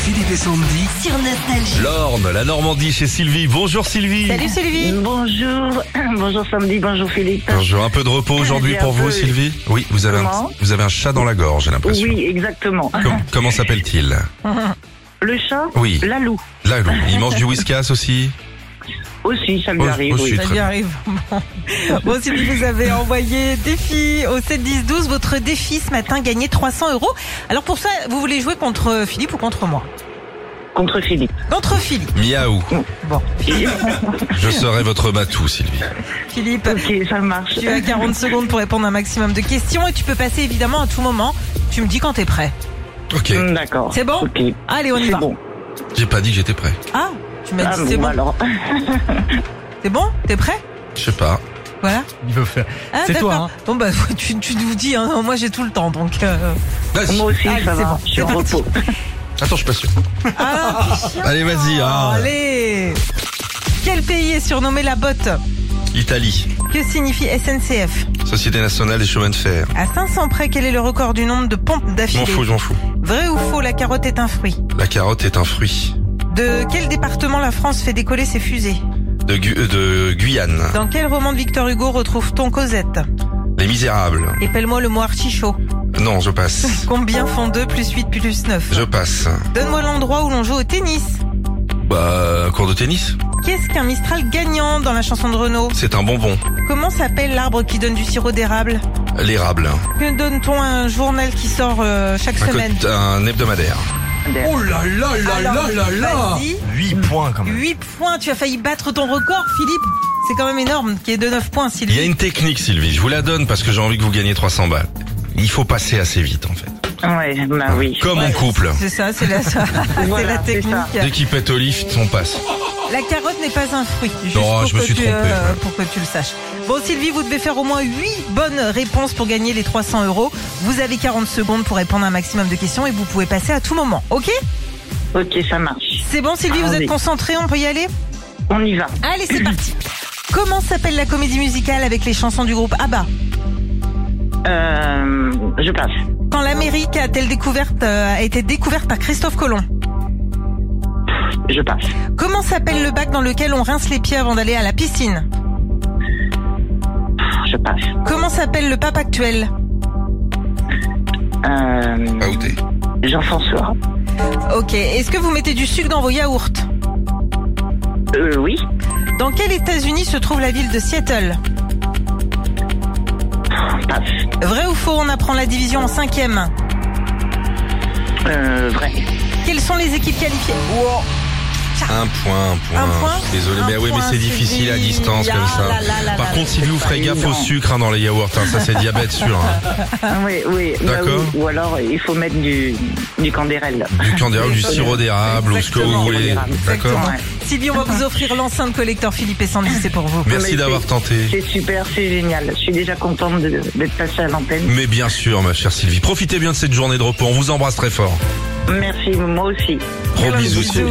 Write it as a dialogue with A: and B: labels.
A: Philippe et Sandy.
B: sur Nostalgie.
C: L'Orne, la Normandie chez Sylvie. Bonjour Sylvie.
B: Salut Sylvie
D: Bonjour, bonjour Sandy, bonjour Philippe.
C: Bonjour, un peu de repos aujourd'hui
D: J'ai
C: pour
D: un
C: vous
D: peu-
C: Sylvie Oui, vous avez, un,
D: Comment
C: vous avez un chat dans la gorge, j'ai l'impression.
D: Oui, exactement.
C: Com- comment s'appelle-t-il
D: Le chat,
C: Oui,
D: Lalou,
C: là, il mange du whiskas aussi.
D: aussi, ça lui
C: Oh,
D: arrive.
C: oh,
D: oui.
C: chut.
B: ça
C: très
B: y
C: bien.
B: arrive. Bon, Sylvie, vous avez envoyé défi au 7 10 12. Votre défi ce matin, gagner 300 euros. Alors pour ça, vous voulez jouer contre Philippe ou contre moi
D: Contre Philippe.
B: Contre Philippe.
C: Miaou,
B: Bon,
C: je serai votre matou Sylvie.
B: Philippe,
D: ok, ça marche.
B: tu as 40 secondes pour répondre à un maximum de questions et tu peux passer évidemment à tout moment. Tu me dis quand t'es prêt.
C: Ok,
D: Hmm, D'accord.
B: C'est bon
D: Ok,
B: Allez, on y
D: c'est
B: va.
D: bon.
C: j'ai pas dit que j'étais prêt.
B: Ah, tu m'as
D: Ah,
B: dit c'est
D: bon,
B: bon.
D: alors.
B: C'est bon T'es prêt
C: Je sais pas.
B: Voilà.
E: Il veut faire.
B: Ah,
E: C'est toi, hein.
B: d'accord. Bon, bah, tu, tu nous dis, hein. moi j'ai tout le temps, donc... euh,
C: Vas-y.
D: Moi aussi,
B: Allez,
D: ça
B: c'est
D: va.
B: bon,
D: Je suis
B: c'est
D: en
B: parti.
D: repos.
C: Attends, je suis pas sûr.
B: Ah, chiant.
C: Allez, vas-y, ah.
B: Allez. Quel pays est surnommé la botte
C: Italie,
B: Que signifie SNCF
C: Société Nationale des Chemins de Fer.
B: À 500 près, quel est le record du nombre de pompes
C: Je m'en fous,
B: d'affilée
C: je m'en fous.
B: Vrai ou faux, la carotte est un fruit
C: La carotte est un fruit.
B: De quel département la France fait décoller ses fusées
C: De, Gu- euh, de Guyane,
B: Dans quel roman de Victor Hugo retrouve-t-on Cosette
C: Les Misérables.
B: Épelle-moi le mot artichaut.
C: Non, je passe.
B: Combien font 2 plus 8 plus 9
C: Je passe.
B: Donne-moi l'endroit où l'on joue au tennis.
C: Bah, cours de tennis
B: Qu'est-ce qu'un Mistral gagnant dans la chanson de Renaud
C: C'est un bonbon.
B: Comment s'appelle l'arbre qui donne du sirop d'érable
C: L'érable.
B: Que donne-t-on à un journal qui sort euh, chaque
C: Un,
B: semaine
C: co- un hebdomadaire.
D: D'ailleurs,
E: Oh là là là
B: Alors,
E: là là là
B: vas-y.
E: 8 points quand
B: 8 points, tu as failli battre ton record, Philippe. C'est quand même énorme, qui est de 9 points,
C: Il y a
B: Sylvie.
C: une technique, Sylvie. Je vous la donne parce que j'ai envie que vous gagniez 300 balles. Il faut passer assez vite, en fait.
D: Ouais, bah oui.
C: Comme en couple.
B: C'est ça, c'est la, ça, c'est
D: Voilà,
B: la
D: c'est
B: technique.
C: Dès qu'il pète au lift, on passe.
B: La carotte n'est pas un fruit. Juste
C: Non,
B: pour
C: je me
B: que
C: suis
B: tu, euh,
C: trompé, ouais.
B: pour que tu le saches. Bon, Sylvie, vous devez faire au moins 8 bonnes réponses pour gagner les 300 euros. Vous avez 40 secondes pour répondre à un maximum de questions et vous pouvez passer à tout moment. Ok
D: Ok, ça marche.
B: C'est bon, Sylvie, vous
D: Allez.
B: êtes concentrée, on peut y aller
D: On y va.
B: Allez, c'est parti. Comment s'appelle la comédie musicale avec les chansons du groupe ABBA
D: Euh, je passe.
B: Quand l'Amérique a-t-elle découverte, euh, a été découverte par Christophe Colomb
D: Je passe.
B: Comment s'appelle le bac dans lequel on rince les pieds avant d'aller à la piscine
D: Je passe.
B: Comment s'appelle le pape actuel
D: Euh,
C: Outé.
D: Jean-François.
B: Ok, est-ce que vous mettez du sucre dans vos yaourts
D: Euh, oui.
B: Dans quels États-Unis se trouve la ville de Seattle
D: Passe.
B: Vrai ou faux, on apprend la division en cinquième
D: Euh, vrai.
B: Quelles sont les équipes qualifiées Wow.
C: Un point, un point.
B: Un point
C: Désolé,
B: Un
C: mais oui, mais
B: point,
C: c'est difficile à
B: Sylvie.
C: distance
B: Ah
C: comme ça.
B: là là là
C: Par
B: là
C: contre,
B: là,
C: Sylvie, vous ferez gaffe au
D: évident.
C: sucre hein, dans les yaourts. hein. Ça, c'est diabète sûr. hein.
D: Ah, oui, oui. bah
C: D'accord.
D: oui. Ou alors, il faut mettre du, du candérel.
C: Du candérable, du sirop d'érable ou ce que vous
B: Exactement.
C: voulez. D'accord
D: Ouais.
B: Sylvie, on va vous offrir l'enceinte collecteur Philippe et Sandy, c'est pour vous.
C: Merci
D: Mais
C: d'avoir tenté.
D: C'est super, c'est génial. Je suis déjà contente de- d'être passée à l'antenne.
C: Mais bien sûr, ma chère Sylvie, profitez bien de cette journée de repos. On vous embrasse très fort.
D: Merci, moi aussi.
B: Eh
C: Gros
B: ben,
C: bisous, Sylvie.